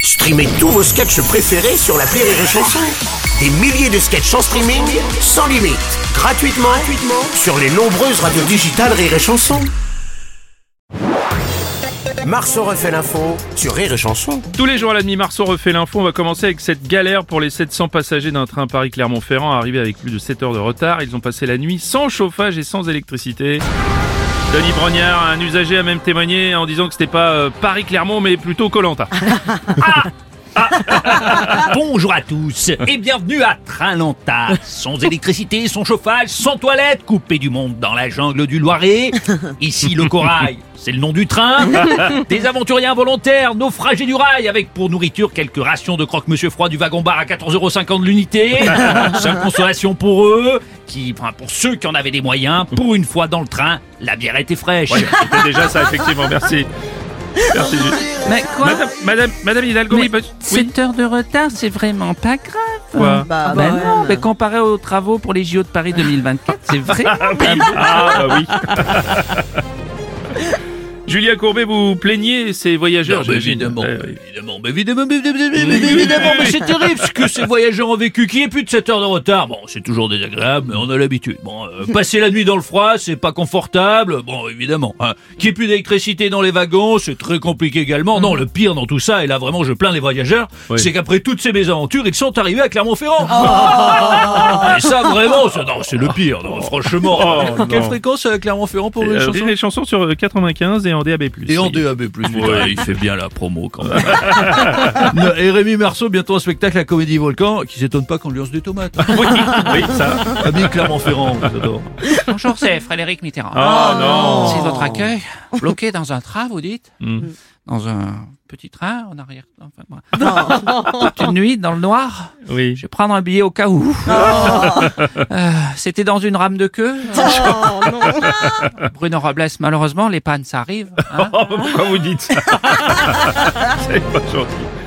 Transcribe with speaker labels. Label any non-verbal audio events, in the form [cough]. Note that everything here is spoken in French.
Speaker 1: Streamez tous vos sketchs préférés sur la Rire et Chanson. Des milliers de sketchs en streaming, sans limite, gratuitement, gratuitement sur les nombreuses radios digitales Rire et Chanson. Marceau refait l'info sur Rire et Chanson.
Speaker 2: Tous les jours à la demi-marceau refait l'info. On va commencer avec cette galère pour les 700 passagers d'un train Paris-Clermont-Ferrand arrivés avec plus de 7 heures de retard. Ils ont passé la nuit sans chauffage et sans électricité. Denis Brognard, un usager a même témoigné en disant que c'était pas euh, Paris-Clermont mais plutôt Colanta.
Speaker 3: [laughs] Bonjour à tous et bienvenue à Train-Lanta. Sans électricité, sans chauffage, sans toilette, coupé du monde dans la jungle du Loiret. Ici le corail, c'est le nom du train. Des aventuriers involontaires, naufragés du rail, avec pour nourriture quelques rations de croque-monsieur froid du wagon-bar à 14,50€ l'unité. Sans consolation pour eux, qui, enfin, pour ceux qui en avaient des moyens, pour une fois dans le train, la bière était fraîche.
Speaker 2: C'était déjà ça, effectivement. Merci. Merci.
Speaker 4: Mais quoi
Speaker 2: Madame, madame, madame Hidalgo, oui, peut- oui.
Speaker 4: 7 heures de retard, c'est vraiment pas grave.
Speaker 2: Quoi
Speaker 4: Ah bah non, mais comparé aux travaux pour les JO de Paris 2024, c'est vrai.
Speaker 2: Ah, bah oui.
Speaker 4: [laughs]
Speaker 2: Julien Courbet, vous plaignez ces voyageurs,
Speaker 3: Non, mais
Speaker 2: j'imagine.
Speaker 3: évidemment,
Speaker 2: Euh,
Speaker 3: mais
Speaker 2: oui.
Speaker 3: évidemment, mais évidemment, mais évidemment, mais évidemment, mais évidemment, mais c'est terrible ce que ces voyageurs ont vécu. Qui est plus de 7 heures de retard Bon, c'est toujours désagréable, mais on a l'habitude. Bon, euh,
Speaker 2: [laughs]
Speaker 3: passer la nuit dans le froid, c'est pas confortable. Bon, évidemment. hein. Qui est plus d'électricité dans les wagons, c'est très compliqué également. Non, le pire dans tout ça, et là vraiment je plains les voyageurs,
Speaker 2: Mm. Oui.
Speaker 3: c'est qu'après toutes ces mésaventures, ils sont arrivés à Clermont-Ferrand. et ça vraiment, c'est- non, c'est le pire. non, franchement,
Speaker 2: Oh,
Speaker 3: quelle
Speaker 2: non.
Speaker 3: fréquence à Clermont-Ferrand pour
Speaker 2: Euh,
Speaker 3: les chansons
Speaker 2: Rire et Chanson sur euh, 95 et en DAB+.
Speaker 3: et en
Speaker 2: Oui.
Speaker 3: DAB+, ouais, il fait bien la promo quand [laughs] même. Non, et Rémi Marceau, bientôt en spectacle à Comédie Volcan, qui s'étonne pas qu'on lui lance des [laughs] tomates. Ah,
Speaker 2: Oui, oui, ça.
Speaker 3: Ami Clermont-Ferrand, j'adore.
Speaker 4: Bonjour, c'est Frédéric Mitterrand.
Speaker 3: Ah,
Speaker 2: Oh non
Speaker 4: C'est votre accueil. Bloqué dans un train, vous dites Dans un petit train en arrière. Enfin, moi. Toute une nuit dans le noir.
Speaker 2: Oui.
Speaker 4: Je vais prendre un billet au cas où. Euh, C'était dans une rame de queue. Bruno Robles, malheureusement, les pannes, ça arrive. hein.
Speaker 2: Oh, pourquoi vous dites ça C'est pas gentil.